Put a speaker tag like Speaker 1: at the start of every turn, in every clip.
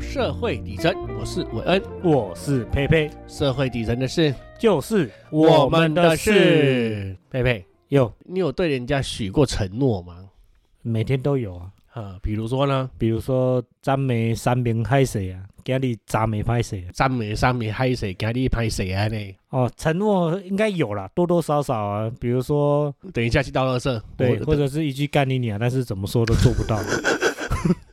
Speaker 1: 社会底层，我是韦恩。
Speaker 2: 我是佩佩，
Speaker 1: 社会底层的事，
Speaker 2: 就是事。。
Speaker 1: 佩佩，
Speaker 2: 有
Speaker 1: 你有对人家许过承诺吗？
Speaker 2: 每天都有啊，
Speaker 1: 啊，比如说呢，
Speaker 2: 比如说咱们三明拍谁啊，今日咱没拍谁啊。
Speaker 1: 三美三美嗨谁，给你拍谁啊？呢，
Speaker 2: 哦，承诺应该有啦，多多少少啊。比如说，
Speaker 1: 等一下去倒垃圾。
Speaker 2: 对，
Speaker 1: 我
Speaker 2: 或者是一句干你娘，但是怎么说都做不 到。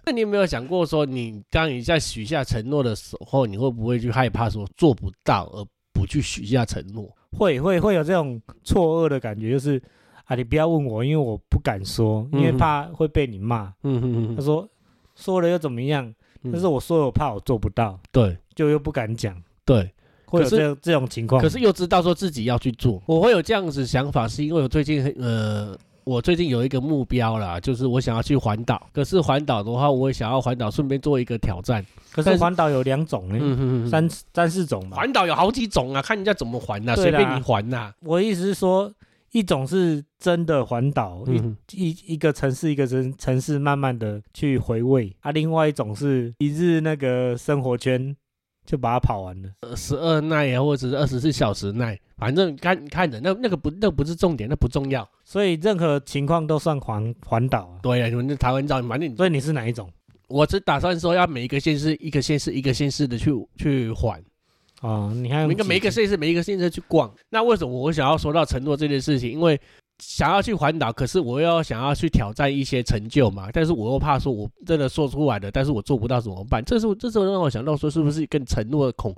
Speaker 1: 那你有没有想过说，你当你在许下承诺的时候，你会不会去害怕说做不到而不去许下承诺？
Speaker 2: 会会会有这种错愕的感觉，就是啊，你不要问我，因为我不敢说，因为
Speaker 1: 嗯
Speaker 2: 怕会被你骂。
Speaker 1: 嗯嗯
Speaker 2: 他说说了又怎么样？但是我说了我怕我做不到，
Speaker 1: 对
Speaker 2: 就又不敢讲，
Speaker 1: 对，
Speaker 2: 会
Speaker 1: 可
Speaker 2: 有
Speaker 1: 是
Speaker 2: 这种这种情况。
Speaker 1: 可是又知道说自己要去做。我会有这样子想法，是因为我最近很呃，我最近有一个目标啦，就是我想要去环岛。可是环岛的话，我也想要环岛，顺便做一个挑战。
Speaker 2: 可
Speaker 1: 但
Speaker 2: 是
Speaker 1: 是
Speaker 2: 环岛有两种呢、
Speaker 1: 嗯
Speaker 2: 三三四种吧。
Speaker 1: 环岛有好几种啊，看人家怎么环呐、
Speaker 2: 对
Speaker 1: 随
Speaker 2: 啦
Speaker 1: 便你环啊呐、
Speaker 2: 我的意思是说，一种是真的环岛，
Speaker 1: 嗯，
Speaker 2: 一一一个城市一个城城市慢慢的去回味啊；另外一种是一日那个生活圈就把它跑完了。
Speaker 1: 呃十二耐啊，或者是二十四小时耐，反正看看的那那个不那不是重点，那不重要。
Speaker 2: 所以任何情况都算环环岛啊。
Speaker 1: 对呀、你们这台湾照，反正你
Speaker 2: 所以你是哪一种
Speaker 1: 我只打算说要每一个县市一个县市一个县市的去去环。
Speaker 2: 哦？你看
Speaker 1: 每个每一个县市每一个县市去逛。那为什么我想要说到承诺这件事情？因为想要去环岛，可是我又要想要去挑战一些成就嘛，但是我又怕说我真的说出来了，但是我做不到怎么办？这是这时候让我想到说，是不是跟承诺的恐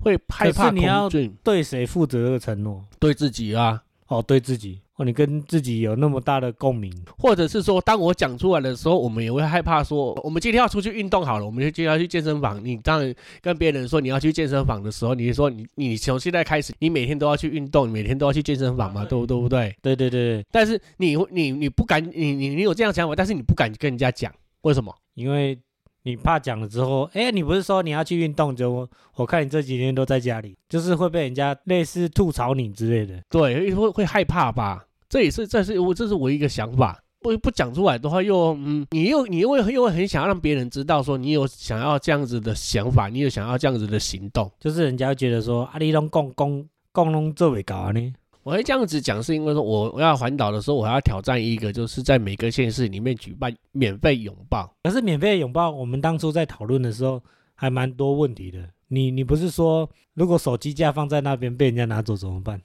Speaker 1: 会害怕
Speaker 2: 可是你要
Speaker 1: 恐惧
Speaker 2: 对谁负责这个承诺？
Speaker 1: 对自己啊？
Speaker 2: 哦，对自己哦，你跟自己有那么大的共鸣，
Speaker 1: 或者是说，当我讲出来的时候，我们也会害怕说，我们今天要出去运动好了，我们就今天要去健身房。你当然跟别人说你要去健身房的时候，你说你你从现在开始，你每天都要去运动，你每天都要去健身房嘛，
Speaker 2: 啊
Speaker 1: 对
Speaker 2: 对
Speaker 1: 不对不对？
Speaker 2: 对对对对，
Speaker 1: 但是你你你不敢，你你你有这样想法，但是你不敢跟人家讲，为什么？
Speaker 2: 因为你怕讲了之后，哎，你不是说你要去运动，结果我看你这几天都在家里，就是会被人家类似吐槽你之类的。
Speaker 1: 对，会会害怕吧？这也是这是我这是我一个想法。不不讲出来的话又，嗯，你又你又会又会很想要让别人知道说你有想要这样子的想法，你有想要这样子的行动。
Speaker 2: 就是人家会觉得说，啊，你拢讲讲讲拢做未到呢，
Speaker 1: 我会这样子讲，是因为说我我要环岛的时候，我还要挑战一个，就是在每个县市里面举办免费拥抱。
Speaker 2: 可是免费的拥抱，我们当初在讨论的时候还蛮多问题的。你你不是说，如果手机架放在那边被人家拿走怎么办？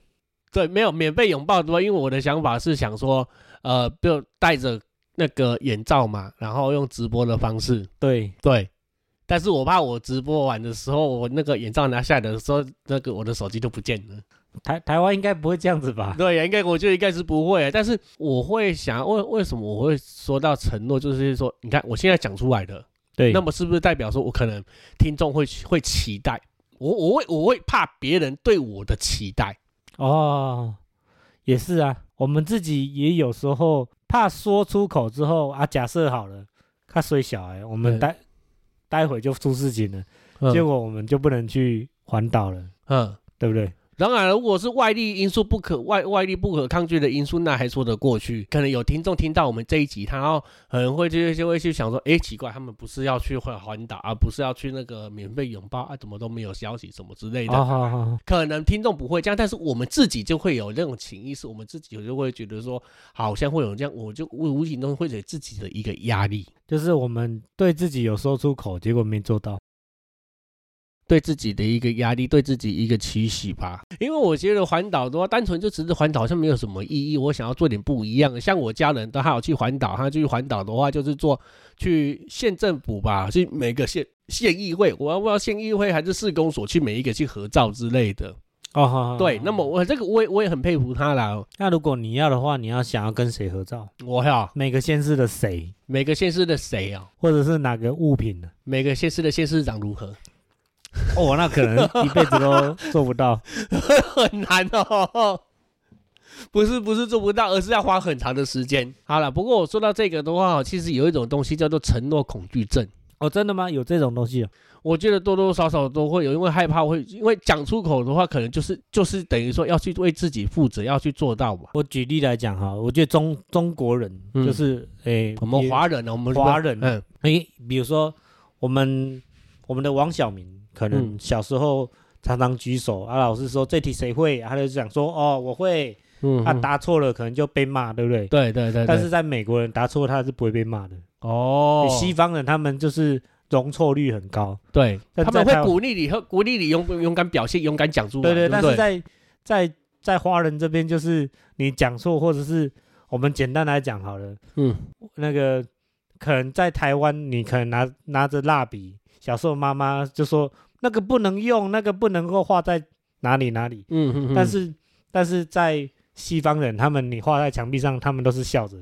Speaker 1: 对，没有免费拥抱的话，因为我的想法是想说，呃，就戴着那个眼罩嘛，然后用直播的方式，
Speaker 2: 对，
Speaker 1: 对。但是我怕我直播完的时候，我那个眼罩拿下来的时候，那个我的手机就不见了。
Speaker 2: 台台湾应该不会这样子吧？
Speaker 1: 对，应该我觉得应该是不会，啊但是我会想，为为什么我会说到承诺，就是说，你看我现在讲出来的，
Speaker 2: 对
Speaker 1: 那么是不是代表说我可能听众会会期待？我我会我会怕别人对我的期待，
Speaker 2: 哦，也是啊，我们自己也有时候怕说出口之后啊，假设好了，他虽小哎、我
Speaker 1: 对嗯
Speaker 2: 们待待会就出事情了，结
Speaker 1: 就
Speaker 2: 果我们就不能去环岛了，
Speaker 1: 嗯。
Speaker 2: 对不对？
Speaker 1: 当然，如果是外力因素不可外外力不可抗拒的因素，那还说得过去。可能有听众听到我们这一集，他要可能会就就会去想说，诶，奇怪，他们不是要去环环岛，而、啊不是要去那个免费拥抱啊，怎么都没有消息什么之类的。
Speaker 2: 哦，好好好，
Speaker 1: 可能听众不会这样，但是我们自己就会有那种潜意识，我们自己就会觉得说，好像会有这样，我就无无形中会给自己的一个压力，
Speaker 2: 就是我们对自己有说出口，结果没做到。
Speaker 1: 对自己的一个压力，对自己一个期许吧。因为我觉得环岛的话，单纯就只是环岛，好像没有什么意义。我想要做点不一样的，像我家人都还有去环岛，他去环岛的话，就是做去县政府吧，去每个县县议会，我要不要县议会还是市公所去每一个去合照之类的。
Speaker 2: 哦，好好
Speaker 1: 对，那么我这个我也我也很佩服他啦，
Speaker 2: 那如果你要的话，你要想要跟谁合照？
Speaker 1: 我呀，
Speaker 2: 每个县市的谁，
Speaker 1: 每个县市的谁啊？
Speaker 2: 或者是哪个物品呢？
Speaker 1: 每个县市的县市长如何？
Speaker 2: 哦，那可能一辈子都做不到。
Speaker 1: 很难哦。不是不是做不到，而是要花很长的时间。好了，不过我说到这个的话，其实有一种东西叫做承诺恐惧症，
Speaker 2: 哦，真的吗？有这种东西哦？
Speaker 1: 我觉得多多少少都会有，因为害怕会，因为讲出口的话，可能就是就是等于说要去为自己负责，要去做到嘛。
Speaker 2: 我举例来讲哈，我觉得中中国人
Speaker 1: 嗯
Speaker 2: 就是诶、
Speaker 1: 我们
Speaker 2: 也
Speaker 1: 华人呢，我们
Speaker 2: 华人
Speaker 1: 嗯
Speaker 2: 诶，比如说我们我们的王小明可能
Speaker 1: 嗯
Speaker 2: 小时候常常举手、啊，老师说这题谁会，他就想说哦我会，
Speaker 1: 嗯，
Speaker 2: 他、
Speaker 1: 嗯
Speaker 2: 答错了可能就被骂，对不对？
Speaker 1: 对对对，对
Speaker 2: 但是在美国人答错他是不会被骂的，
Speaker 1: 哦，
Speaker 2: 西方人他们就是容错率很高，
Speaker 1: 对，
Speaker 2: 但
Speaker 1: 他们
Speaker 2: 在台
Speaker 1: 会
Speaker 2: 湾
Speaker 1: 鼓励你，和鼓励你勇勇敢表现，勇敢讲出来，
Speaker 2: 对
Speaker 1: 对
Speaker 2: 对，
Speaker 1: 不
Speaker 2: 但是在在在华人这边就是你讲错或者是我们简单来讲好了，
Speaker 1: 嗯，
Speaker 2: 那个可能在台湾，你可能拿拿着蜡笔，小时候妈妈就说那个不能用，那个不能够画在哪里哪里。
Speaker 1: 嗯嗯，嗯
Speaker 2: 但是但是在西方人，他们你画在墙壁上，他们都是笑着。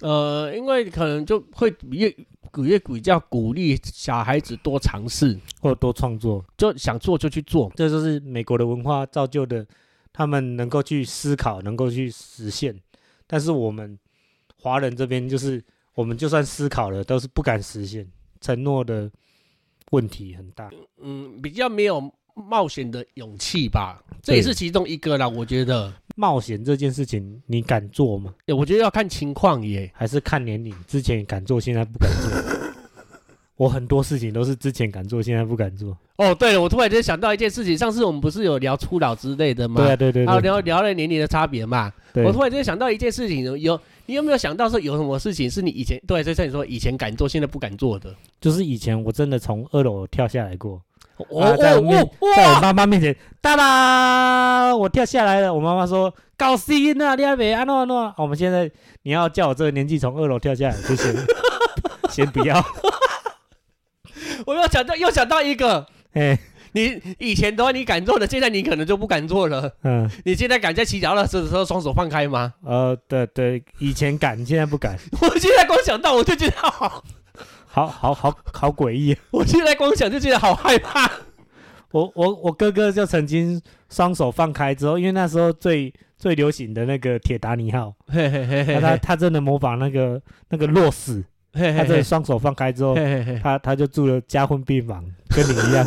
Speaker 1: 呃，因为可能就会越鼓越比较鼓励小孩子多尝试，
Speaker 2: 或多创作，
Speaker 1: 就想做就去做，
Speaker 2: 这就是美国的文化造就的，他们能够去思考，能够去实现。但是我们华人这边就是，我们就算思考了，都是不敢实现，承诺的问题很大。
Speaker 1: 嗯，比较没有冒险的勇气吧，这也
Speaker 2: 对
Speaker 1: 是其中一个啦，我觉得。
Speaker 2: 冒险这件事情，你敢做吗？
Speaker 1: 欸我觉得要看情况耶，
Speaker 2: 还是看年龄，之前敢做，现在不敢做。 我很多事情都是之前敢做，现在不敢做。
Speaker 1: 哦，对了，我突然间想到一件事情，上次我们不是有聊初老之类的吗？
Speaker 2: 对啊，对对
Speaker 1: 还有
Speaker 2: 对，
Speaker 1: 聊聊了年龄的差别嘛。
Speaker 2: 对
Speaker 1: 我突然间想到一件事情，有有你有没有想到说有什么事情是你以前对，就像你说以前敢做，现在不敢做的？
Speaker 2: 就是以前我真的从二楼跳下来过，
Speaker 1: 哦
Speaker 2: 啊在我面在我
Speaker 1: 哇！
Speaker 2: 妈妈面前，哒啦，我跳下来了。我妈妈说：“高兴啊，你还没安诺安诺。”我们现在你要叫我这个年纪从二楼跳下来，就先先不要。
Speaker 1: 我又想到又想到一个，
Speaker 2: 哎，
Speaker 1: 你以前的话你敢做的，现在你可能就不敢做了。
Speaker 2: 嗯，
Speaker 1: 你现在敢在骑脚踏车的时候双手放开吗？
Speaker 2: 呃，对对，以前敢，现在不敢，
Speaker 1: 我现在光想到我就觉得好，
Speaker 2: 好好好好诡异。啊
Speaker 1: 我现在光想就觉得好害怕。
Speaker 2: 我我我哥哥就曾经双手放开之后，因为那时候最最流行的那个铁达尼号，
Speaker 1: 嘿嘿嘿
Speaker 2: 那他他真的模仿那个那个洛死，
Speaker 1: 嘿
Speaker 2: 他真的双手放开之后，
Speaker 1: 嘿嘿
Speaker 2: 他他就住了加护病 房，跟你一样，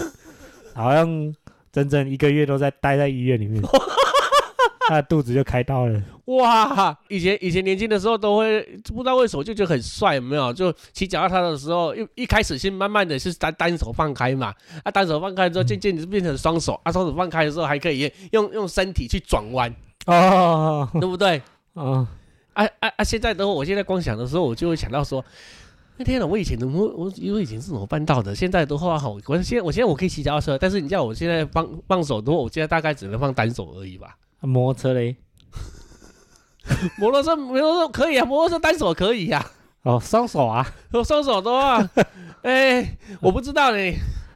Speaker 2: 好像整整一个月都在待在医院 里面，他的肚子就开刀了。
Speaker 1: 哇！以前以前年轻的时候都会不知道为什么就觉得很帅，有没有？就骑脚踏车的时候，一一开始先慢慢的是单单手放开嘛，啊，单手放开之后，渐渐的变成双手，啊，双手放开的时候还可以用用身体去转 弯，
Speaker 2: 哦
Speaker 1: 对不对？
Speaker 2: 哦，
Speaker 1: 啊啊啊！现在的话，我现在光想的时候，我就会想到说，那天啊，我以前怎么我我以前是怎么办到的？现在的话，哈，我现在我现在我可以骑脚踏车，但是你叫我现在放放手的话，我现在大概只能放单手而已吧。
Speaker 2: 啊摩托车嘞？
Speaker 1: 摩托车，摩托车可以啊，摩托车单手可以呀、
Speaker 2: 哦，双手啊，
Speaker 1: 我收手的话，哎、我不知道 呢，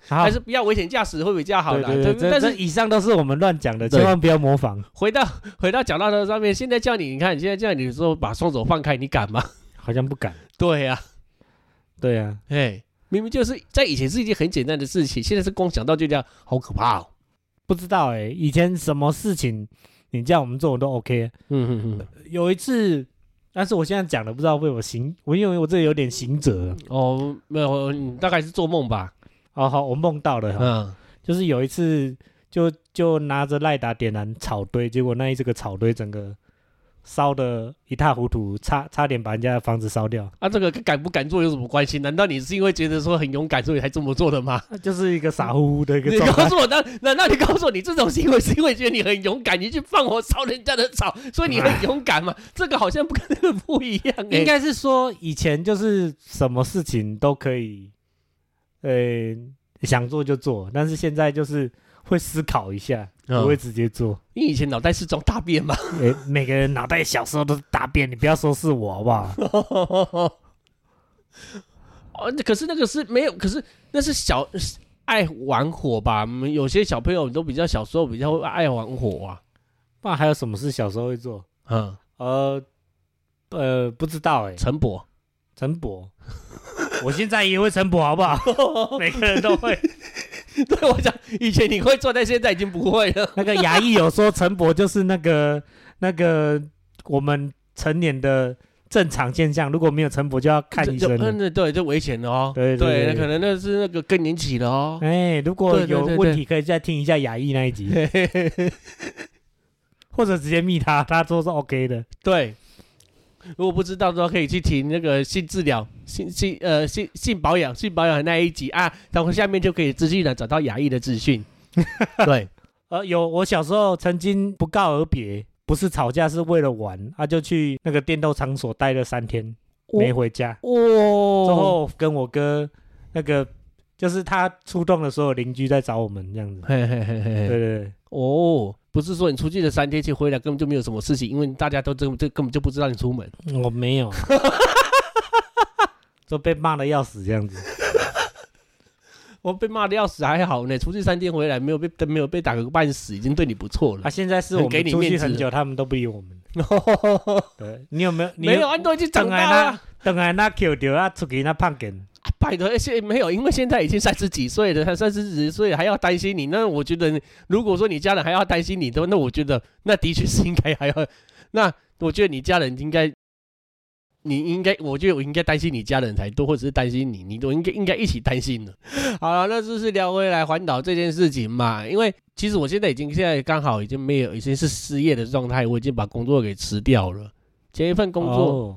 Speaker 2: 好
Speaker 1: 还是不要危险驾驶会比较好
Speaker 2: 对
Speaker 1: 啦。
Speaker 2: 对对，
Speaker 1: 不
Speaker 2: 这
Speaker 1: 但
Speaker 2: 这
Speaker 1: 是
Speaker 2: 以上都是我们乱讲的，
Speaker 1: 对
Speaker 2: 千万不要模仿。
Speaker 1: 回到回到脚踏车上面，现在叫你，你看，现在叫你说把双手放开，你敢吗？
Speaker 2: 好像不敢。
Speaker 1: 对啊呀、
Speaker 2: 对啊，
Speaker 1: 哎、明明就是在以前是一件很简单的事情，现在是光想到就这样，好可怕哦。
Speaker 2: 不知道哎、以前什么事情你叫我们做我都 OK。
Speaker 1: 嗯嗯嗯，
Speaker 2: 有一次，但是我现在讲的不知道被我行，我因为我这有点行者
Speaker 1: 哦，没有，你大概是做梦吧？
Speaker 2: 哦，好，我梦到了，
Speaker 1: 嗯，
Speaker 2: 就是有一次就就拿着赖达点燃草堆，结果那一这个草堆整个烧的一塌糊涂，差差点把人家的房子烧掉，
Speaker 1: 啊，这个跟敢不敢做有什么关系？难道你是因为觉得说很勇敢，所以才这么做的 吗？
Speaker 2: 那啊就是一个傻乎乎的一个
Speaker 1: 你
Speaker 2: 状
Speaker 1: 告
Speaker 2: 态。
Speaker 1: 诉我，难难道你告诉我，你这种行为是因为觉得你很勇敢，你去放火烧人家的草， 所以你很勇敢嘛？这个好像不跟那个不一样、欸。
Speaker 2: 应该是说以前就是什么事情都可以，呃，想做就做，但是现在就是会思考一下，
Speaker 1: 嗯
Speaker 2: 不会直接做。
Speaker 1: 你以前脑袋是装大便吗？
Speaker 2: 诶，每个人脑袋小时候都是大便，你不要说是我好不好？
Speaker 1: 哦，可是那个是没有，可是那是小爱玩火吧？嗯有些小朋友都比较小时候比较会爱玩火啊。
Speaker 2: 不然还有什么事小时候会做？
Speaker 1: 嗯，
Speaker 2: 呃呃，不知道哎、
Speaker 1: 陈博，
Speaker 2: 陈博，我现在也会陈博，好 不好？每个人都会。
Speaker 1: 对我讲，以前你会做，但现在已经不会了。
Speaker 2: 那个牙医有说陈博就是那个那个我们成年的正常现象，如果没有陈博就要看医
Speaker 1: 就
Speaker 2: 生
Speaker 1: 嗯，对
Speaker 2: 了。
Speaker 1: 对，就危险了哦。
Speaker 2: 对对对
Speaker 1: 对，
Speaker 2: 对
Speaker 1: 可能那是那个更年期了哦。
Speaker 2: 哎，如果
Speaker 1: 对对
Speaker 2: 有
Speaker 1: 对
Speaker 2: 问
Speaker 1: 对
Speaker 2: 题可以再听一下牙医那一集， 或者直接密他，他说是 OK 的。
Speaker 1: 对，如果不知道的话，可以去听那个性治疗、性性呃性性保养、性保养的那一集啊，然后下面就可以资讯栏找到雅艺的资 讯。对，
Speaker 2: 呃，有我小时候曾经不告而别，不是吵架，是为了玩，他、就去那个电斗场所待了三天，没回家。
Speaker 1: 哦，
Speaker 2: 之后跟我哥那个，就是他出动的时候，邻居在找我们这样子。
Speaker 1: 嘿嘿嘿嘿
Speaker 2: 对
Speaker 1: 嘿，
Speaker 2: 对对，
Speaker 1: 哦，不是说你出去了三天，去回来根本就没有什么事情，因为大家都这这根本就不知道你出门。
Speaker 2: 嗯我没有， 都被骂的要死这样子。
Speaker 1: 我被骂的要死，还好呢，出去三天回来没有被没有被打个半死，已经对你不错了
Speaker 2: 啊，。现在是我
Speaker 1: 很给
Speaker 2: 们
Speaker 1: 你
Speaker 2: 出去
Speaker 1: 面子
Speaker 2: 很久，他们都不理我们。对你有没有？你
Speaker 1: 没有，啊安都已经长
Speaker 2: 等
Speaker 1: 大
Speaker 2: 下
Speaker 1: 了
Speaker 2: 那。等下那 Q 掉啊，出去那胖梗。
Speaker 1: 啊拜托，现在没有，因为现在已经三十几岁了，才三十几岁还要担心你，那我觉得，如果说你家人还要担心你的话，那我觉得那的确是应该还要，那我觉得你家人应该，你应该，我觉得我应该担心你家人才多，或者是担心你，你都应该应该一起担心的。好了，那就是聊回来环岛这件事情嘛，因为其实我现在已经现在刚好已经没有，已经是失业的状态，我已经把工作给辞掉了，前一份工作。
Speaker 2: 哦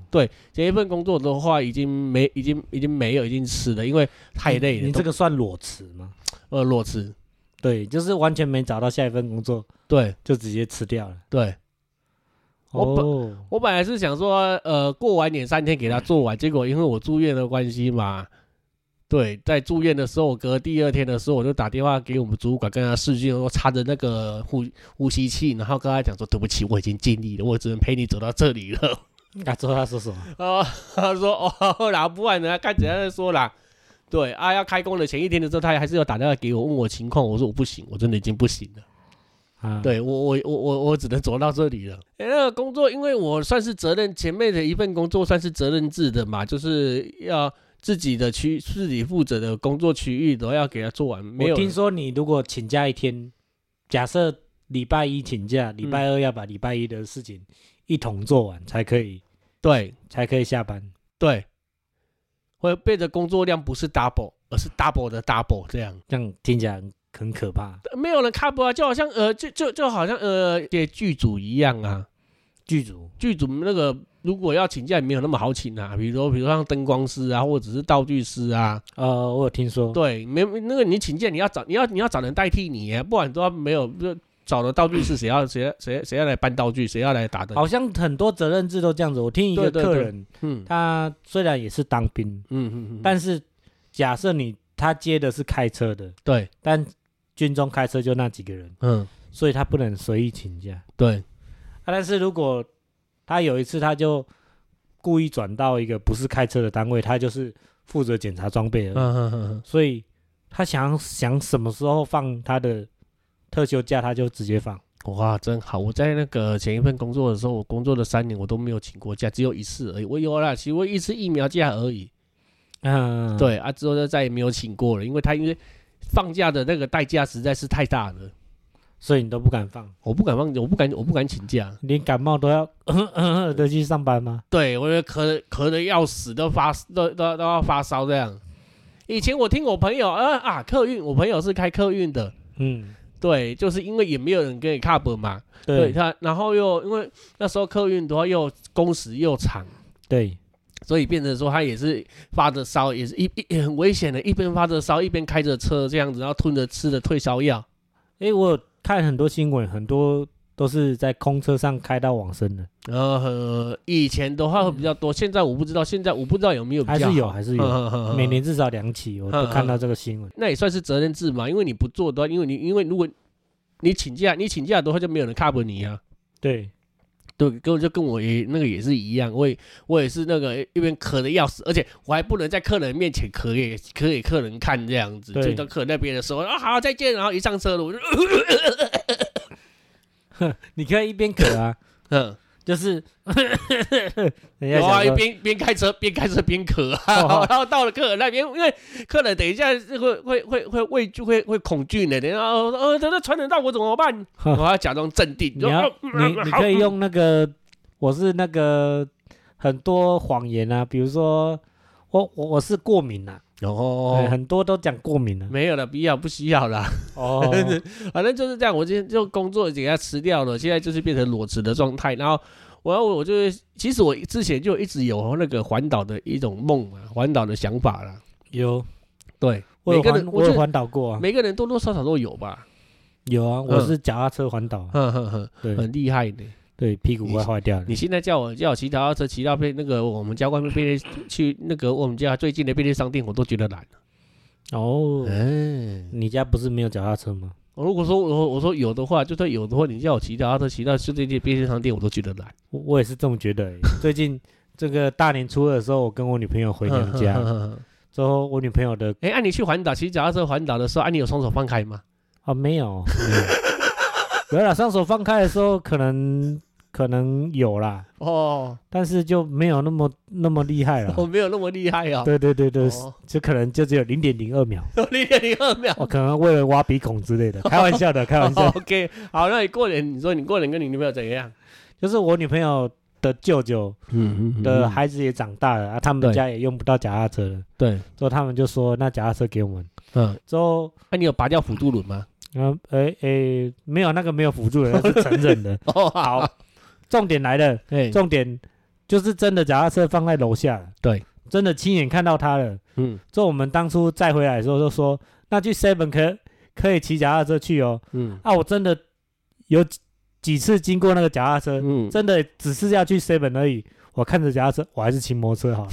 Speaker 1: 前一份工作的话，已经没，已经已经没有，已经辞了，因为太累了。
Speaker 2: 嗯你这
Speaker 1: 个
Speaker 2: 个算裸辞吗？
Speaker 1: 呃裸辞，
Speaker 2: 对，就是完全没找到下一份工作，
Speaker 1: 对
Speaker 2: 就直接辞掉了。
Speaker 1: 对。我本
Speaker 2: 哦，
Speaker 1: 我本来是想说，呃，过完年三天给他做完，结果因为我住院的关系嘛，对，在住院的时候，我隔第二天的时候，我就打电话给我们主管，跟他视讯，我插着那个呼呼吸器，然后跟他讲说，对不起，我已经尽力了，我只能陪你走到这里了。
Speaker 2: 啊，之后他说什么？
Speaker 1: 啊，他说哦， 然后不然呢，看怎样再说啦。对啊，要开工的前一天的时候，他还是要打电话给我问我情况，我说我不行，我真的已经不行了。
Speaker 2: 啊，
Speaker 1: 对我我我我我只能走到这里了。哎，那个工作，因为我算是责任前面的一份工作算是责任制的嘛，就是要自己的区自己负责的工作区域都要给他做完，没有
Speaker 2: 我听说你如果请假一天，假设礼拜一请假，
Speaker 1: 嗯
Speaker 2: 礼拜二要把礼拜一的事情一同做完才可以，
Speaker 1: 对
Speaker 2: 才可以下班。
Speaker 1: 对，会变得工作量不是 double，而是 double 的 double 这样。
Speaker 2: 这样听起来很很可怕。
Speaker 1: 没有人 cover 啊，就好像呃，就就就好像呃，给剧组一样啊。
Speaker 2: 剧组
Speaker 1: 剧组那个如果要请假，也没有那么好请啊。比如说，比如像灯光师啊，或者是道具师啊，
Speaker 2: 呃，我有听说，
Speaker 1: 对，没那个你请假，你要找你要你要找人代替你啊，不然都要没有就找了道具师，谁要谁谁谁要来搬道具，谁要来打灯，
Speaker 2: 好像很多责任制都这样子。我听一个
Speaker 1: 对对
Speaker 2: 客
Speaker 1: 对
Speaker 2: 人，
Speaker 1: 嗯
Speaker 2: 他虽然也是当兵，
Speaker 1: 嗯嗯嗯，
Speaker 2: 但是假设你他接的是开车的，
Speaker 1: 对，
Speaker 2: 但军中开车就那几个人，
Speaker 1: 嗯
Speaker 2: 所以他不能随意请假。
Speaker 1: 对，
Speaker 2: 啊，但是如果他有一次他就故意转到一个不是开车的单位，他就是负责检查装备
Speaker 1: 嗯
Speaker 2: 的，
Speaker 1: 嗯嗯嗯，
Speaker 2: 所以他想想什么时候放他的特休假，他就直接放。
Speaker 1: 哇，真好！我在那个前一份工作的时候，我工作了三年，我都没有请过假，只有一次而已。我有啦，其实我一次疫苗假而已。
Speaker 2: 嗯，，
Speaker 1: 对啊，之后就再也没有请过了，因为他因为放假的那个代价实在是太大了，
Speaker 2: 所以你都不敢放，
Speaker 1: 我不敢放，我不敢，我不敢请假。
Speaker 2: 连感冒都要嗯的去上班吗？
Speaker 1: 对我觉得咳咳的要死，都发都都都要发烧这样。以前我听我朋友，呃啊，客运，我朋友是开客运的，
Speaker 2: 嗯，
Speaker 1: 对，就是因为也没有人跟你 cover 嘛，对
Speaker 2: 对
Speaker 1: 他，然后又因为那时候客运的话又工时又长，
Speaker 2: 对，
Speaker 1: 所以变成说他也是发着烧，也是一一也很危险的，一边发着烧一边开着车这样子，然后吞着吃着退烧药。
Speaker 2: 诶，我有看很多新闻，很多都是在空车上开到往生的，
Speaker 1: 然后呃，以前的话会比较多，现在我不知道，现在我不知道有没有比
Speaker 2: 还
Speaker 1: 较
Speaker 2: 是有
Speaker 1: 好
Speaker 2: 还是有
Speaker 1: 嗯嗯 嗯嗯嗯
Speaker 2: 每年至少两起，我都看到这个新闻。
Speaker 1: 那也算是责任制嘛，因为你不做的话，因为你因为如果你请假，你请假的话就没有人 cover 你啊。
Speaker 2: 对，
Speaker 1: 对，跟我就跟我也那个也是一样，我也我也是那个一边咳的要死，而且我还不能在客人面前咳给咳给客人看这样子，
Speaker 2: 对
Speaker 1: 所以到客人那边的时候啊好再见，然后一上车了我就
Speaker 2: 你可以一边咳啊，
Speaker 1: 嗯，
Speaker 2: 就是， 人家
Speaker 1: 有啊，
Speaker 2: 想
Speaker 1: 一
Speaker 2: 说，
Speaker 1: 边边开车边开车边咳啊
Speaker 2: 哦，
Speaker 1: 然后到了客人那边，因为客人等一下会会会会畏惧会会恐惧呢，等一下哦呃等下传染到我怎么 办？
Speaker 2: 呵
Speaker 1: 我要假装镇定，
Speaker 2: 哦你
Speaker 1: 就
Speaker 2: 要
Speaker 1: 哦嗯
Speaker 2: 你
Speaker 1: 嗯
Speaker 2: 你
Speaker 1: 好
Speaker 2: 可以
Speaker 1: 嗯
Speaker 2: 用那个，我是那个很多谎言啊，比如说我我我是过敏啊，对
Speaker 1: 哦，
Speaker 2: 很多都讲过敏啊。
Speaker 1: 没有了，不要不需要了，
Speaker 2: 哦，
Speaker 1: 反正就是这样。我今天就工作给他辞掉了，现在就是变成裸辞的状态，然后。我要我就是，其实我之前就一直有那个环岛的一种梦嘛，环岛的想法啦。
Speaker 2: 有，
Speaker 1: 对，
Speaker 2: 我有
Speaker 1: 每个人
Speaker 2: 环，
Speaker 1: 我
Speaker 2: 我有
Speaker 1: 是
Speaker 2: 环岛过啊，
Speaker 1: 每嗯个人多多少少都有吧。
Speaker 2: 有啊，我是脚踏车环岛啊，
Speaker 1: 哼哼哼，
Speaker 2: 对
Speaker 1: 很厉害呢。
Speaker 2: 对，屁股快坏掉了
Speaker 1: 嗯你。现在叫我叫我骑脚踏车骑到被那个我们家外面便利去那个我们家最近的便利商店，我都觉得懒。
Speaker 2: 哦，
Speaker 1: 哎，
Speaker 2: 你家不是没有脚踏车吗？
Speaker 1: 我如果说我我说有的话，就算有的话，你叫我骑脚踏车骑到最近的便利商店，我都觉得懒。
Speaker 2: 我我也是这么觉得欸。最近这个大年初二的时候，我跟我女朋友回娘家，
Speaker 1: 哼哼哼哼
Speaker 2: 之后我女朋友的
Speaker 1: 哎，按、你去环岛骑脚踏车环岛的时候，按、啊你有双手放开吗？
Speaker 2: 啊 没有，没有有啦，上手放开的时候可能可能有啦，
Speaker 1: 哦，
Speaker 2: 但是就没有那么那么厉害 了
Speaker 1: 我。没有那么厉害啊、
Speaker 2: 对对对对，
Speaker 1: 哦
Speaker 2: 就可能就只有零点零二 秒，
Speaker 1: 零点零二秒。
Speaker 2: 我可能为了挖鼻孔之类的，开玩笑的，开玩笑。
Speaker 1: OK，好，那你过年，你说你过年跟你女朋友怎样？
Speaker 2: 就是我女朋友的舅舅
Speaker 1: 嗯
Speaker 2: 的孩子也长大了啊，他们
Speaker 1: 对
Speaker 2: 家也用不到脚踏车了，
Speaker 1: 对，
Speaker 2: 之后他们就说那脚踏车给我们，
Speaker 1: 嗯，
Speaker 2: 之后
Speaker 1: 那、你有拔掉辅助轮吗？
Speaker 2: 嗯，诶诶，没有那个没有辅助的，那是成人 的。
Speaker 1: 哦，好，
Speaker 2: 重点来了，
Speaker 1: 哎，
Speaker 2: 重点就是真的脚踏车放在楼下了，
Speaker 1: 对，
Speaker 2: 真的亲眼看到它了。
Speaker 1: 嗯
Speaker 2: 就我们当初再回来的时候就说，那去 Seven 可可以骑脚踏车去哦。
Speaker 1: 嗯
Speaker 2: 啊，我真的有几几次经过那个脚踏车，
Speaker 1: 嗯，
Speaker 2: 真的只是要去 Seven 而已。我看着脚踏车，我还是骑摩托车好了。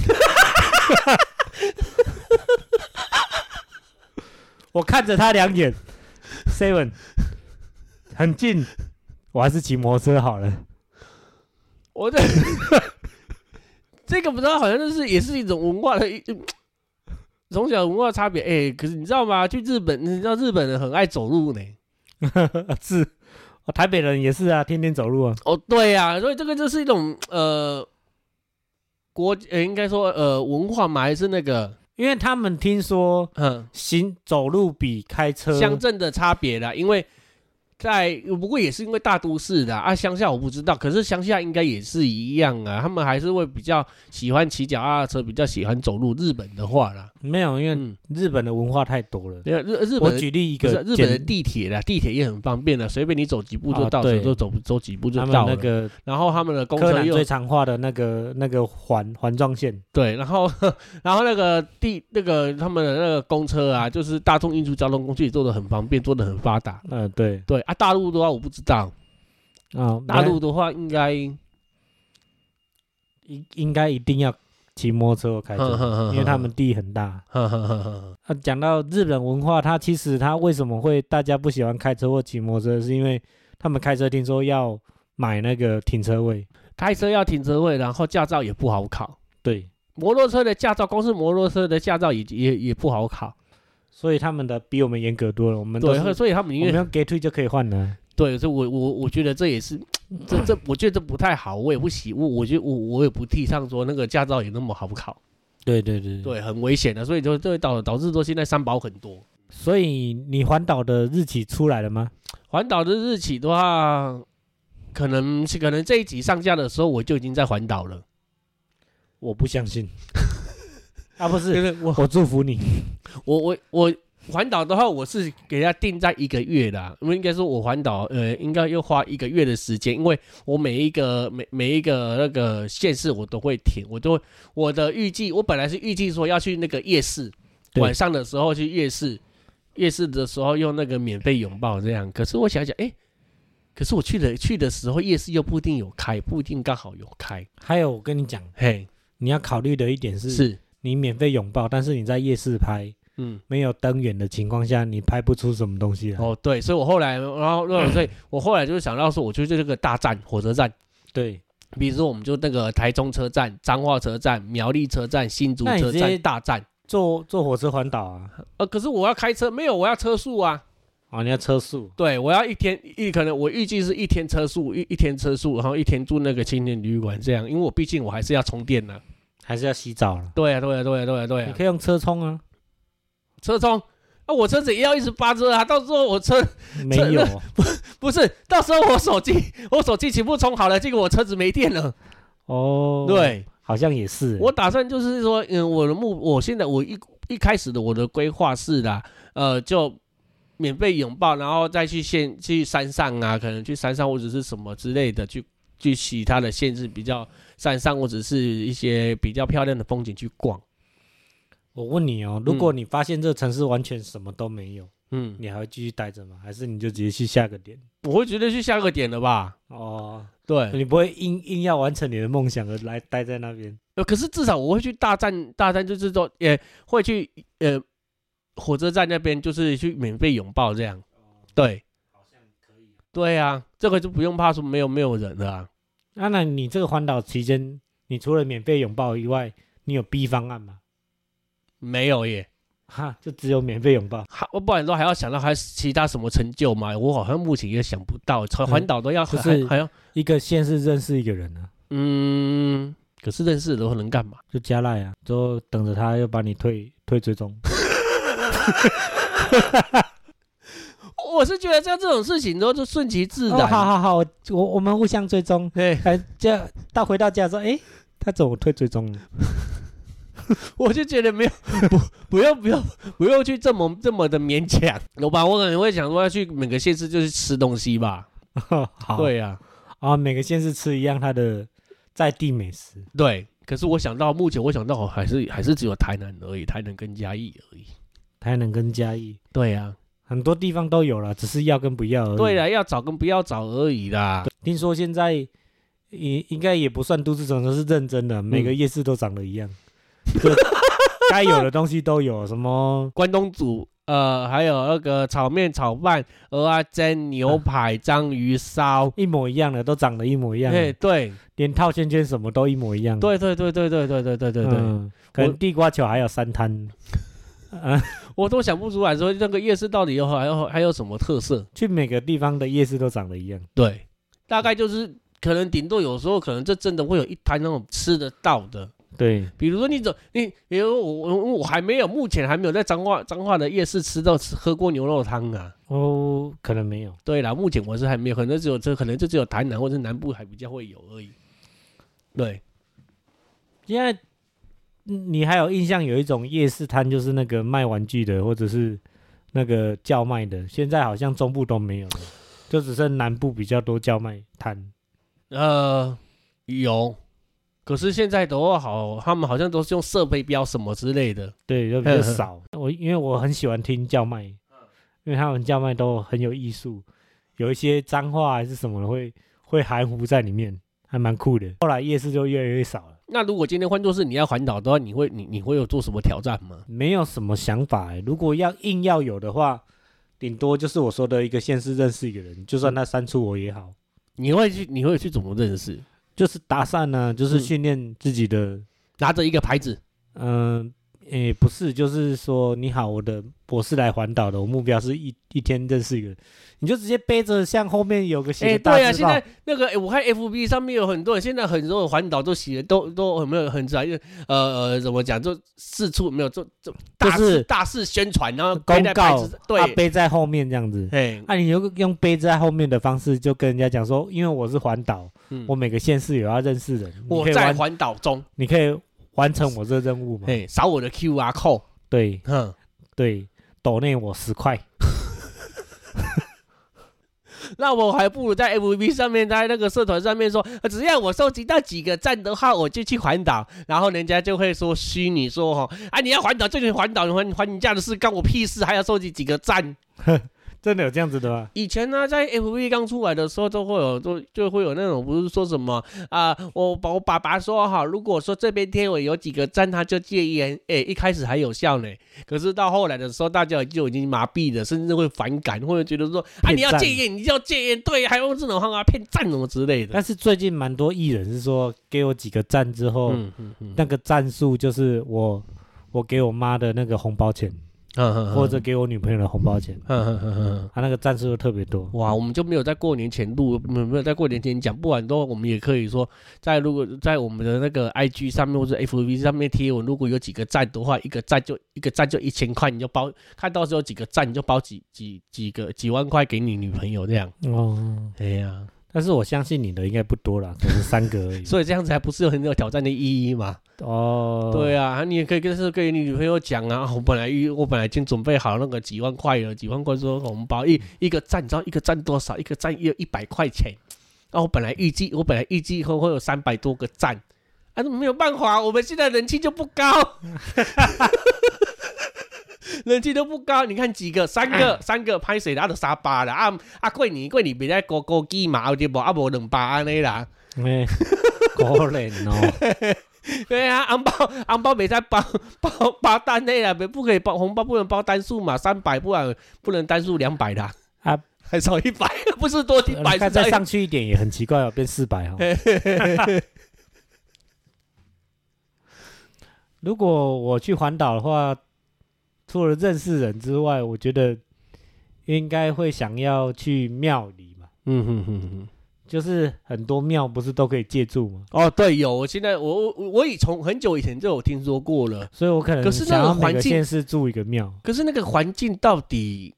Speaker 2: 我看着他两眼，Seven 很近，我还是骑摩托车好了。
Speaker 1: 我的这个不知道，好像就是也是一种文化的一。从小文化差别，哎、可是你知道吗？去日本，你知道日本人很爱走路呢。
Speaker 2: 是，哦台北人也是啊，天天走路啊。
Speaker 1: 哦，对呀、所以这个就是一种呃，国呃，应该说呃，文化嘛，还是那个
Speaker 2: 因为他们听说
Speaker 1: 嗯，
Speaker 2: 行走路比开车
Speaker 1: 乡镇的差别啦，因为在不过也是因为大都市的啊，乡下我不知道，可是乡下应该也是一样啊，他们还是会比较喜欢骑脚踏车，比较喜欢走路。日本的话啦，
Speaker 2: 没有，因为
Speaker 1: 嗯，
Speaker 2: 日本的文化太多了。
Speaker 1: 对啊，日日
Speaker 2: 我
Speaker 1: 本的
Speaker 2: 举例一
Speaker 1: 不
Speaker 2: 个
Speaker 1: 是
Speaker 2: 简，
Speaker 1: 日本的地铁啦，地铁也很方便的，随便你走几步就
Speaker 2: 啊
Speaker 1: 到，
Speaker 2: 对
Speaker 1: 走就走走几步就
Speaker 2: 他们
Speaker 1: 到
Speaker 2: 那
Speaker 1: 了。
Speaker 2: 个
Speaker 1: 然后他们的公
Speaker 2: 柯
Speaker 1: 车
Speaker 2: 南最
Speaker 1: 又
Speaker 2: 常画的那个那个环环状线，
Speaker 1: 对，然后然后那个地那个他们的那个公车啊，就是大众运输交通工具也做的很方便，做的很发达。
Speaker 2: 嗯、对，
Speaker 1: 对啊，大陆的话我不知道，
Speaker 2: 啊、
Speaker 1: 大
Speaker 2: 没
Speaker 1: 陆的话应该
Speaker 2: 应应该一定要骑摩托车或开车，
Speaker 1: 嗯
Speaker 2: 因为他们地很大。啊，讲到日本文化，它其实它为什么会大家不喜欢开车或骑摩托车，是因为他们开车听说要买那个停车位，
Speaker 1: 开车要停车位，然后驾照也不好考。
Speaker 2: 对，
Speaker 1: 摩托车的驾照，光是摩托车的驾照也也也不好考。
Speaker 2: 所以他们的比我们严格多了，我们都是
Speaker 1: 对，所以他们
Speaker 2: 我
Speaker 1: 因
Speaker 2: 们
Speaker 1: 为
Speaker 2: 用 get to 就可以换了。
Speaker 1: 对，所以我我我觉得这也是这这，我觉得这不太好，我也不喜，我我觉得我我也不提倡说那个驾照也那么好考，
Speaker 2: 对对对，
Speaker 1: 对，很危险的，所以就就导导致说现在三宝很多。
Speaker 2: 所以你环岛的日期出来了吗？
Speaker 1: 环岛的日期的话，可能是可能这一集上架的时候我就已经在环岛了，
Speaker 2: 我不 相信，啊不，
Speaker 1: 就是是我
Speaker 2: 我祝福你。
Speaker 1: 我我我环岛的话，我是给它定在一个月啦，因为应该说我环岛，呃，应该要花一个月的时间，因为我每一个每每一个那个县市我都会停，我都会我的预计，我本来是预计说要去那个夜市，
Speaker 2: 对
Speaker 1: 晚上的时候去夜市，夜市的时候用那个免费拥抱这样，可是我想想，哎、可是我去的去的时候，夜市又不一定有开，不一定刚好有开，
Speaker 2: 还有，我跟你讲，
Speaker 1: 嘿，
Speaker 2: 你要考虑的一点是，
Speaker 1: 是，
Speaker 2: 你免费拥抱，但是你在夜市拍
Speaker 1: 嗯。
Speaker 2: 没有灯源的情况下，你拍不出什么东西来。
Speaker 1: 哦，对，所以我后来，然后，然后所以 我后来就想到说，我就去这个大站火车站，
Speaker 2: 对，
Speaker 1: 比如说我们就那个台中车站、彰化车站、苗栗车站、新竹
Speaker 2: 那你
Speaker 1: 车
Speaker 2: 直接
Speaker 1: 站、大站。
Speaker 2: 坐坐火车环岛啊，
Speaker 1: 呃，可是我要开车，没有，我要车速啊。
Speaker 2: 哦，你要车速，
Speaker 1: 对，我要一天一，可能我预计是一天车速，一一天车速，然后一天住那个青年旅馆这样，因为我毕竟我还是要充电呢、
Speaker 2: 还是要洗澡了？
Speaker 1: 对啊，对啊，对啊，对啊，对
Speaker 2: 你
Speaker 1: 啊，
Speaker 2: 可以用车充啊，
Speaker 1: 车充。啊，我车子也要一直扒着啊！到时候我车
Speaker 2: 没有，
Speaker 1: 不是，到时候我手机我手机全部充好了，结果我车子没电了。
Speaker 2: 哦，，
Speaker 1: 对，
Speaker 2: 好像也是，
Speaker 1: 我打算就是说，嗯，我的目，我现在我一一开始的我的规划是啦，呃，就免费拥抱，然后再去县去山上啊，可能去山上或者是什么之类的去去其他的县市比较山上或者是一些比较漂亮的风景去逛。
Speaker 2: 我问你哦，如果你发现这个城市完全什么都没有，
Speaker 1: 嗯，
Speaker 2: 你还会继续待着吗？还是你就直接去下个点？
Speaker 1: 我会觉得去下个点了吧？
Speaker 2: 哦，
Speaker 1: 对，
Speaker 2: 你不会硬硬要完成你的梦想而来待在那边？
Speaker 1: 呃，可是至少我会去大战，大战就是说，也会去呃火车站那边，就是去免费拥抱这样。对，对啊，这个就不用怕说没有没有人了啊、
Speaker 2: 啊，那你这个环岛期间，你除了免费拥抱以外，你有 B 方案吗？
Speaker 1: 没有耶。
Speaker 2: 哈，就只有免费拥抱。
Speaker 1: 还我不然都还要想到还有其他什么成就嘛？我好像目前也想不到，环环岛都要
Speaker 2: 就
Speaker 1: 还
Speaker 2: 嗯是
Speaker 1: 还要
Speaker 2: 一个县市认识一个人啊，
Speaker 1: 嗯，可是认识的能干嘛？
Speaker 2: 就加赖啊，之后等着他又把你退退追踪。
Speaker 1: 我是觉得像这种事情都是顺其自
Speaker 2: 哦，好
Speaker 1: 然。
Speaker 2: 好好，我我我们互相追踪。
Speaker 1: 对，
Speaker 2: 哎，这样到回到家说，哎，他怎么退追踪了？
Speaker 1: 我就觉得没有不不用不用不用去这么这么的勉强，有吧？我可能会想说要去每个县市就是吃东西吧。
Speaker 2: 好，
Speaker 1: 对呀、
Speaker 2: 啊，每个县市吃一样它的在地美食。
Speaker 1: 对。可是我想到目前我想到我还是还是只有台南而已，台南跟嘉义而已。
Speaker 2: 台南跟嘉义
Speaker 1: 对呀、
Speaker 2: 很多地方都有了，只是要跟不要而已。
Speaker 1: 对
Speaker 2: 了，
Speaker 1: 啦，要找跟不要找而已啦。
Speaker 2: 听说现在应应该也不算都市传说，是认真的，每
Speaker 1: 嗯
Speaker 2: 个夜市都长得一样，就该有的东西都有，什么
Speaker 1: 关东煮，呃，还有那个炒面、炒饭、鹅啊煎、牛排、章鱼烧。
Speaker 2: 一模一样的，都长得一模一样的，
Speaker 1: 哎，对
Speaker 2: 连套圈圈什么都一模一样。
Speaker 1: 对对对对对对对对对对，
Speaker 2: 嗯可能地瓜球还有三摊。啊，
Speaker 1: 我都想不出来说那个夜市到底有还有还有什么特色。
Speaker 2: 去每个地方的夜市都长得一样，
Speaker 1: 对，大概就是可能顶多有时候可能这真的会有一摊那种吃得到的，
Speaker 2: 对，
Speaker 1: 比如说你走你，比如说我我我还没有，目前还没有在彰化彰化的夜市吃到吃喝过牛肉汤啊。
Speaker 2: 哦，可能没有。
Speaker 1: 对啦，目前我是还没有，可能只有这可能就只有台南或者南部还比较会有而已。对，
Speaker 2: 现在嗯你还有印象有一种夜市摊，就是那个卖玩具的，或者是那个叫卖的，现在好像中部都没有了，就只剩南部比较多叫卖摊。
Speaker 1: 呃，有，可是现在的话好，他们好像都是用设备标什么之类的。
Speaker 2: 对，就比
Speaker 1: 呵
Speaker 2: 较
Speaker 1: 呵
Speaker 2: 少。 我因为我很喜欢听叫卖，因为他们叫卖都很有艺术，有一些脏话还是什么的会会含糊在里面，还蛮酷的。后来夜市就越来越少了，
Speaker 1: 那如果今天换作是你要环岛的话，你会你你会有做什么挑战吗？
Speaker 2: 没有什么想法、欸。如果要硬要有的话，顶多就是我说的一个县市认识一个人，就算他删除我也好，
Speaker 1: 你会去你会去怎么认识？
Speaker 2: 就是搭讪呢、就是训练自己的，
Speaker 1: 拿着一个牌子，
Speaker 2: 嗯、诶、不是，就是说你好，我的我是来环岛的，我目标是一一天认识一个人，你就直接背着像后面有个写
Speaker 1: 哎，
Speaker 2: 的大
Speaker 1: 对啊，
Speaker 2: 字
Speaker 1: 现
Speaker 2: 报，
Speaker 1: 在那个、哎我看 FB 上面有很多人，现在很多人环岛都写都都很没有很自然，因为呃呃怎么讲，就四处没有做做大
Speaker 2: 就
Speaker 1: 肆、
Speaker 2: 是
Speaker 1: 大肆宣传，然后
Speaker 2: 公
Speaker 1: 背在牌
Speaker 2: 告
Speaker 1: 子对，
Speaker 2: 啊背在后面这样子。啊
Speaker 1: 哎、
Speaker 2: 那、你就用背在后面的方式，就跟人家讲说，因为我是环岛，
Speaker 1: 嗯
Speaker 2: 我每个县市有要认识人，你
Speaker 1: 我
Speaker 2: 可以
Speaker 1: 在
Speaker 2: 完
Speaker 1: 环岛中，
Speaker 2: 你可以完成我这任务嘛？
Speaker 1: 哎，扫我的 QR code，
Speaker 2: 对
Speaker 1: 哼，
Speaker 2: 对，抖内我十块，
Speaker 1: 那我还不如在 FB 上面，在那个社团上面说，呃只要我收集到几个赞的话，我就去环岛，然后人家就会说虚你说哈，啊，你要环岛就去环岛，你环环你家的事干我屁事，还要收集几个赞。
Speaker 2: 真的有这样子的吗？
Speaker 1: 以前呢、在 FB 刚出来的时候，都会有都就会有那种不是说什么啊、我把我爸爸说好，如果说这边贴我有几个赞，他就戒烟。哎、一开始还有效呢，可是到后来的时候，大家就已经麻痹了，甚至会反感，或者觉得说啊，
Speaker 2: 骗
Speaker 1: 你要
Speaker 2: 赞
Speaker 1: 戒烟，你就要戒烟，对，还用这种方法骗赞什么之类的。
Speaker 2: 但是最近蛮多艺人是说，给我几个赞之后，
Speaker 1: 嗯嗯嗯
Speaker 2: 那个赞数就是我我给我妈的那个红包钱，
Speaker 1: 嗯嗯，
Speaker 2: 或者给我女朋友的红包钱，啊
Speaker 1: 嗯嗯嗯嗯。
Speaker 2: 他、那个赞数就特别多。
Speaker 1: 哇，我们就没有在过年前录，没有没有在过年前讲，不然的话，我们也可以说，在如果在我们的那个 IG 上面或者 FB 上面贴文，如果有几个赞的话，一个赞就一个赞就一千块，你就包，看到时候几个赞你就包几几几个几万块给你女朋友这样。
Speaker 2: 哦，
Speaker 1: 哎呀，
Speaker 2: 但是我相信你的应该不多啦，可能三个 而已。
Speaker 1: 所以这样子还不是有很有挑战的意义吗？
Speaker 2: 哦，
Speaker 1: 对啊，你也可以跟是跟你女朋友讲啊， 我本来预我本来已经准备好那个几万块了，几万块说红包一一个赞，你知道一个赞多少？一个赞要一百块钱。啊，我本来预计我本来预计以后会有三百多个赞，啊，没有办法，我们现在人气就不高， 人气都不高。你看几个，三个，三个拍谁啦？啊都三八啦，啊啊，过年过年别再高高鸡嘛，有对无啊无两百安尼啦。
Speaker 2: 哎， 可怜哦，
Speaker 1: 对啊，红包红包没在包包包单内啦，不不可以包红包不能包单数嘛，三百不然不能单数两百的
Speaker 2: 啊，
Speaker 1: 还少一百， 不是多一百，
Speaker 2: 看
Speaker 1: 是少
Speaker 2: 再
Speaker 1: 一
Speaker 2: 上去一点也很奇 怪哦，变四百哦。如果我去环岛的话，除了认识人之外，我觉得应该会想要去庙里嘛，
Speaker 1: 嗯哼哼哼。
Speaker 2: 就是很多庙不是都可以借住吗？
Speaker 1: 哦，对，有，我现在我我我已从很久以前就有听说过了，
Speaker 2: 所以我可
Speaker 1: 可
Speaker 2: 能
Speaker 1: 是那
Speaker 2: 想
Speaker 1: 个
Speaker 2: 要每
Speaker 1: 环
Speaker 2: 个
Speaker 1: 境
Speaker 2: 县市住一个庙，
Speaker 1: 可是那个环境到底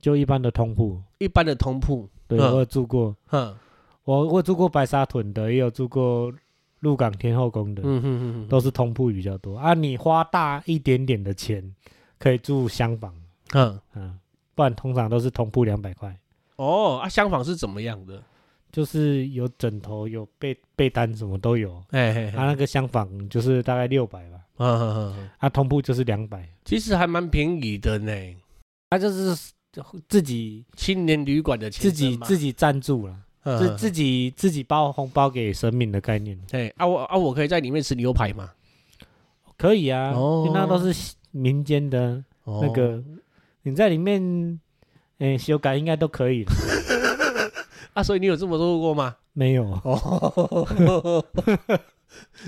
Speaker 2: 就一般的通铺。
Speaker 1: 一般的通铺，
Speaker 2: 对，
Speaker 1: 嗯
Speaker 2: 我有住过，
Speaker 1: 哼，
Speaker 2: 我我有住过白沙屯的，也有住过鹿港天后宫的，
Speaker 1: 嗯哼哼
Speaker 2: 都是通铺比较多啊。你花大一点点的钱，可以住厢房，
Speaker 1: 哼，
Speaker 2: 嗯，不然通常都是通铺两百块，
Speaker 1: 哦，啊，相仿是怎么样的？
Speaker 2: 就是有枕头、有被被单，什么都有。
Speaker 1: 哎嘿，
Speaker 2: 啊，那个厢房就是大概六百吧，
Speaker 1: 嗯哼哼哼，
Speaker 2: 啊，通铺就是两百，
Speaker 1: 其实还蛮便宜的呢，
Speaker 2: 他就是自己
Speaker 1: 青年旅馆的前
Speaker 2: 自己自
Speaker 1: 己
Speaker 2: 己赞助了，
Speaker 1: 嗯
Speaker 2: 自自己自己包红包给神明的概念，
Speaker 1: 哎啊我啊我可以在里面吃牛排嘛？
Speaker 2: 可以啊，
Speaker 1: 哦
Speaker 2: 因为那都是民间的
Speaker 1: 哦
Speaker 2: 那个，你在里面，哎，修改应该都可以了，
Speaker 1: 啊，所以你有这么做过吗？
Speaker 2: 没有，
Speaker 1: 哦，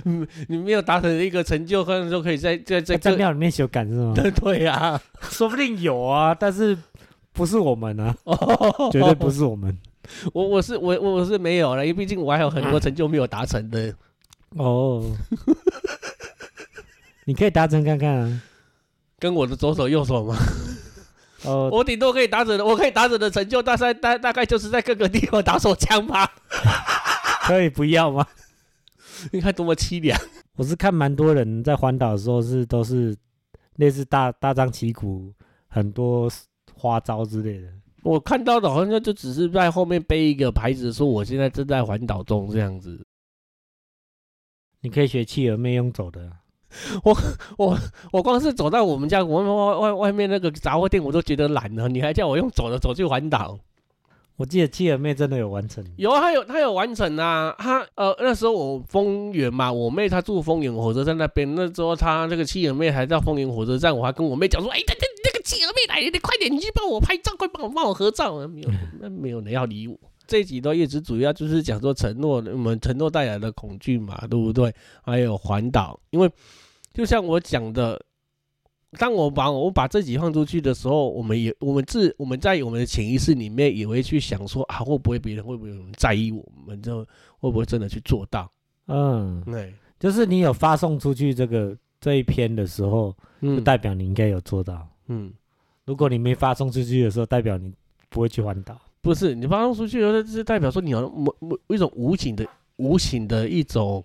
Speaker 1: 嗯， 你没有达成一个成就，可能就可以在在在
Speaker 2: 在
Speaker 1: 这。
Speaker 2: 啊庙里面修改是吗？
Speaker 1: 对呀、啊，
Speaker 2: 说不定有啊，但是不是我们啊，
Speaker 1: 哦
Speaker 2: 绝对不是我们。
Speaker 1: 我我是我我是没有了，因为毕竟我还有很多成就没有达成的。
Speaker 2: 哦， 你可以达成看看啊。
Speaker 1: 跟我的左手右手嘛，
Speaker 2: 哦，
Speaker 1: 我顶多可以达成的，我可以达成的成就大概大大概就是在各个地方打手枪吧。
Speaker 2: 可以不要吗？
Speaker 1: 你看多么凄凉。
Speaker 2: 我是看蛮多人在环岛的时候是都是类似大大张旗鼓，很多花招之类的。
Speaker 1: 我看到的好像就只是在后面背一个牌子，说我现在正在环岛中这样子。
Speaker 2: 你可以学企鹅妹用走的啊，
Speaker 1: 我光是走到我们家我们外外外面那个杂货店，我都觉得懒了，你还叫我用走的走去环岛？
Speaker 2: 我记得企鹅妹真的有完成。
Speaker 1: 有啊，他有他有完成啊，他呃那时候我丰原嘛，我妹她住丰原火车站那边，那时候她那个妻儿妹还在丰原火车站，我还跟我妹讲说，哎、那那那个妻儿妹来了，你快点你去帮我拍照，快帮我帮我合照啊，没有那没有人要理我。这一集的叶子主要就是讲说承诺，我们承诺带来的恐惧嘛，对不对？还有环岛，因为就像我讲的，当我把我把自己放出去的时候，我们也我们自我们在我们的潜意识里面也会去想说啊，会不会别人会不会有人在意我们，就会不会真的去做到？
Speaker 2: 嗯，
Speaker 1: 对，
Speaker 2: 就是你有发送出去这个这一篇的时候，就
Speaker 1: 嗯，
Speaker 2: 代表你应该有做到。
Speaker 1: 嗯，
Speaker 2: 如果你没发送出去的时候，代表你不会去环岛。
Speaker 1: 不是你发送出去的时候，就是代表说你有某某一种无形的无形的一种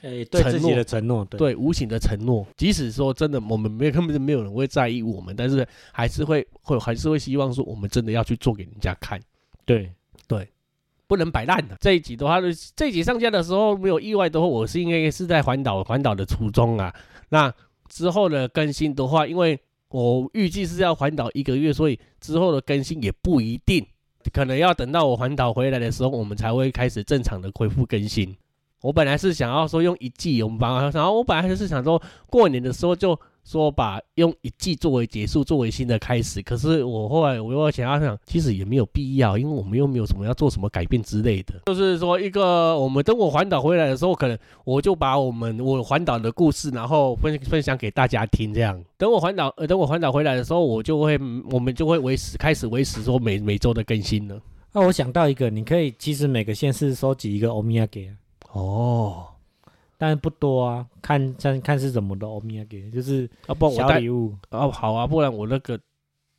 Speaker 2: 诶，
Speaker 1: 对自
Speaker 2: 对自
Speaker 1: 己
Speaker 2: 己
Speaker 1: 的
Speaker 2: 的承诺，对，
Speaker 1: 对无形的承诺，即使说真的我们没有根本就没有人会在意我们，但是还是会会还是会希望说我们真的要去做给人家看。
Speaker 2: 对，
Speaker 1: 不能摆烂的。这一集的话，这一集上架的时候没有意外的话，我是应该是在环岛环岛的途中啊。那之后的更新的话，因为我预计是要环岛一个月，所以之后的更新也不一定，可能要等到我环岛回来的时候，我们才会开始正常的恢复更新。我本来是想要说用一季，我们把然后我本来是想说过年的时候就说把用一季作为结束，作为新的开始。可是我后来我又想要想，其实也没有必要，因为我们又没有什么要做什么改变之类的。就是说，一个我们等我环岛回来的时候，可能我就把我们我环岛的故事，然后分分享给大家听。这样，等我环岛呃，等我环岛回来的时候，我就会我们就会维持开始维持说每每周的更新了。
Speaker 2: 那、我想到一个，你可以其实每个县市收集一个欧米亚给，
Speaker 1: 哦，
Speaker 2: 但不多啊，看看看是怎么的欧米亚给，就是
Speaker 1: 要、不然我
Speaker 2: 小
Speaker 1: 带
Speaker 2: 礼物。
Speaker 1: 哦好啊，不然我那个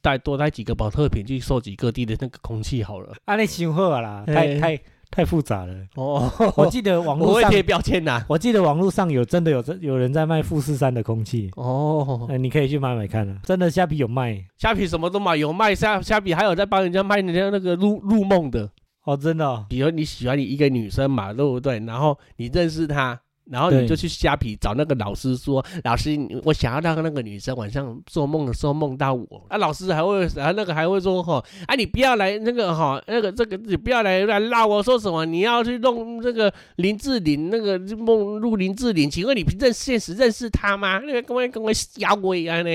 Speaker 1: 带多带几个保特瓶去收集各地的那个空气好了。
Speaker 2: 啊，那行货啦，
Speaker 1: 嘿
Speaker 2: 太太太复杂了。
Speaker 1: 哦，
Speaker 2: 我记得网
Speaker 1: 我
Speaker 2: 络
Speaker 1: 会
Speaker 2: 上，
Speaker 1: 贴标签呐、
Speaker 2: 我记得网络上有真的有真有人在卖富士山的空气，
Speaker 1: 哦
Speaker 2: 呃，你可以去买买看啊，真的虾皮有卖。
Speaker 1: 虾皮什么都买，有卖虾虾皮，还有在帮人家卖人家那个入入梦的。
Speaker 2: 哦，真的哦、
Speaker 1: 比如你喜欢你一个女生嘛，对不对？然后你认识她，然后
Speaker 2: 对
Speaker 1: 你就去虾皮找那个老师说，老师，我想要让那个女生晚上做梦的时候梦到我。啊，老师还会，啊那个还会说哈，啊你不要来那个哈，那个这个你不要来来闹我说什么，你要去弄那个林志玲那个梦入林志玲，请问你认现实认识她吗？那个跟我跟我小鬼啊呢？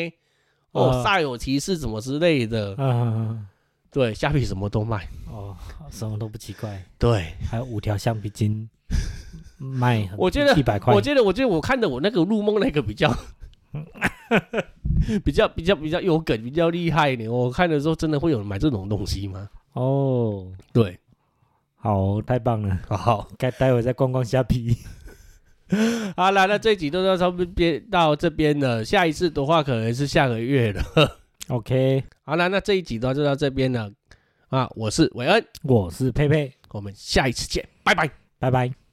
Speaker 1: 哦，
Speaker 2: 呃
Speaker 1: 煞有其事什么之类的，
Speaker 2: 啊，
Speaker 1: 对，虾皮什么都卖，
Speaker 2: 哦，什么都不奇怪，
Speaker 1: 对。
Speaker 2: 还有五条橡 皮筋卖很，
Speaker 1: 我觉得
Speaker 2: 一百块，
Speaker 1: 我觉得，我觉得我看的我那个入梦那个比较比较比较比较有梗，比较厉害一点。我看的时候，真的会有人买这种东西吗？
Speaker 2: 哦，
Speaker 1: 对，
Speaker 2: 好，太棒了，
Speaker 1: 好，
Speaker 2: 该待会再逛逛虾皮。
Speaker 1: 好啦，那这一集都到差不多边到这边了，下一次的话可能是下个月了。
Speaker 2: OK，
Speaker 1: 好啦，那这一集呢就到这边了啊！我是韦恩，
Speaker 2: 我是佩佩，
Speaker 1: 我们下一次见，拜拜。
Speaker 2: 拜拜。